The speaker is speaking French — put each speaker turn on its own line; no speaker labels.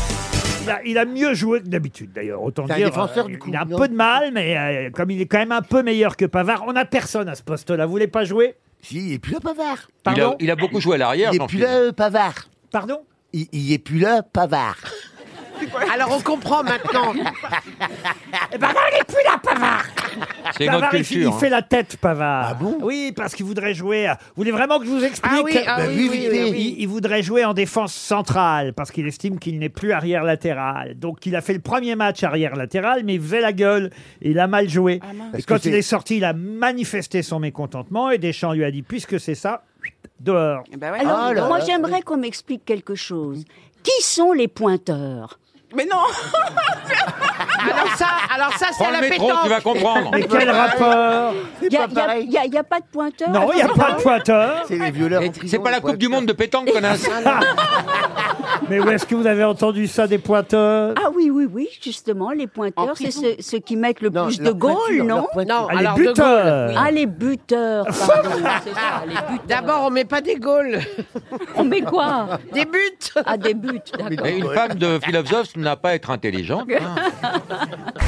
il, a, Bah, il a mieux joué que d'habitude d'ailleurs, autant
C'est un
dire.
défenseur,
euh,
du coup,
il a un
non
peu de mal, mais euh, comme il est quand même un peu meilleur que Pavard, on n'a personne à ce poste-là. Vous voulez pas jouer
Si, il est plus là, Pavard.
Il a,
Pardon
il a beaucoup joué à l'arrière,
il est plus
Jean-Philippe.
là, euh, Pavard.
Pardon
Il, il est plus là, Pavard.
Alors on comprend maintenant.
Eh ben non, il est plus là, Pavard
C'est une autre
Pavard, il, il
culture. hein.
fait la tête, Pavard.
Ah bon
Oui, parce qu'il voudrait jouer. à- Vous voulez vraiment que je vous explique
Ah oui, ah
Bah
oui,
oui,
oui,
oui,
oui,
oui.
oui.
Il, il voudrait jouer en défense centrale parce qu'il estime qu'il n'est plus arrière latéral. Donc il a fait le premier match arrière latéral, mais il faisait la gueule. Et il a mal joué.
Ah,
et
Parce
quand
que
il
c'est-
est sorti, il a manifesté son mécontentement et Deschamps lui a dit puisque c'est ça, dehors.
Bah ouais.
Ah
Alors,
là
moi,
là.
j'aimerais qu'on m'explique quelque chose. Qui sont les pointeurs
Mais non
Alors ça, alors ça c'est
Prends
à
le
la
métro, tu vas
pétanque.
comprendre.
Mais quel rapport
Ah,
Il n'y
pas
a, y a-
pareil.
y a- y a pas de pointeurs
Non, il n'y a pas de pointeur.
C'est les violeurs en prison.
C'est pas la
les
Coupe du Monde de pétanque, connasse.
Mais où est-ce que vous avez entendu ça des pointeurs
Ah oui, oui, oui, justement, les
En
pointeurs, c'est
prison.
ceux, ceux qui mettent le
Non,
plus de
leur
Gaulle,
pointure,
non
leur pointure.
Non,
Ah, les
alors de
buteurs.
Gaulle.
Ah, les buteurs, pardon, c'est ça, les buteurs.
D'abord on met pas des Gaules,
on met quoi
des buts.
Ah, des buts, d'accord.
Mais une femme de philosophe n'a pas à être intelligente. hein.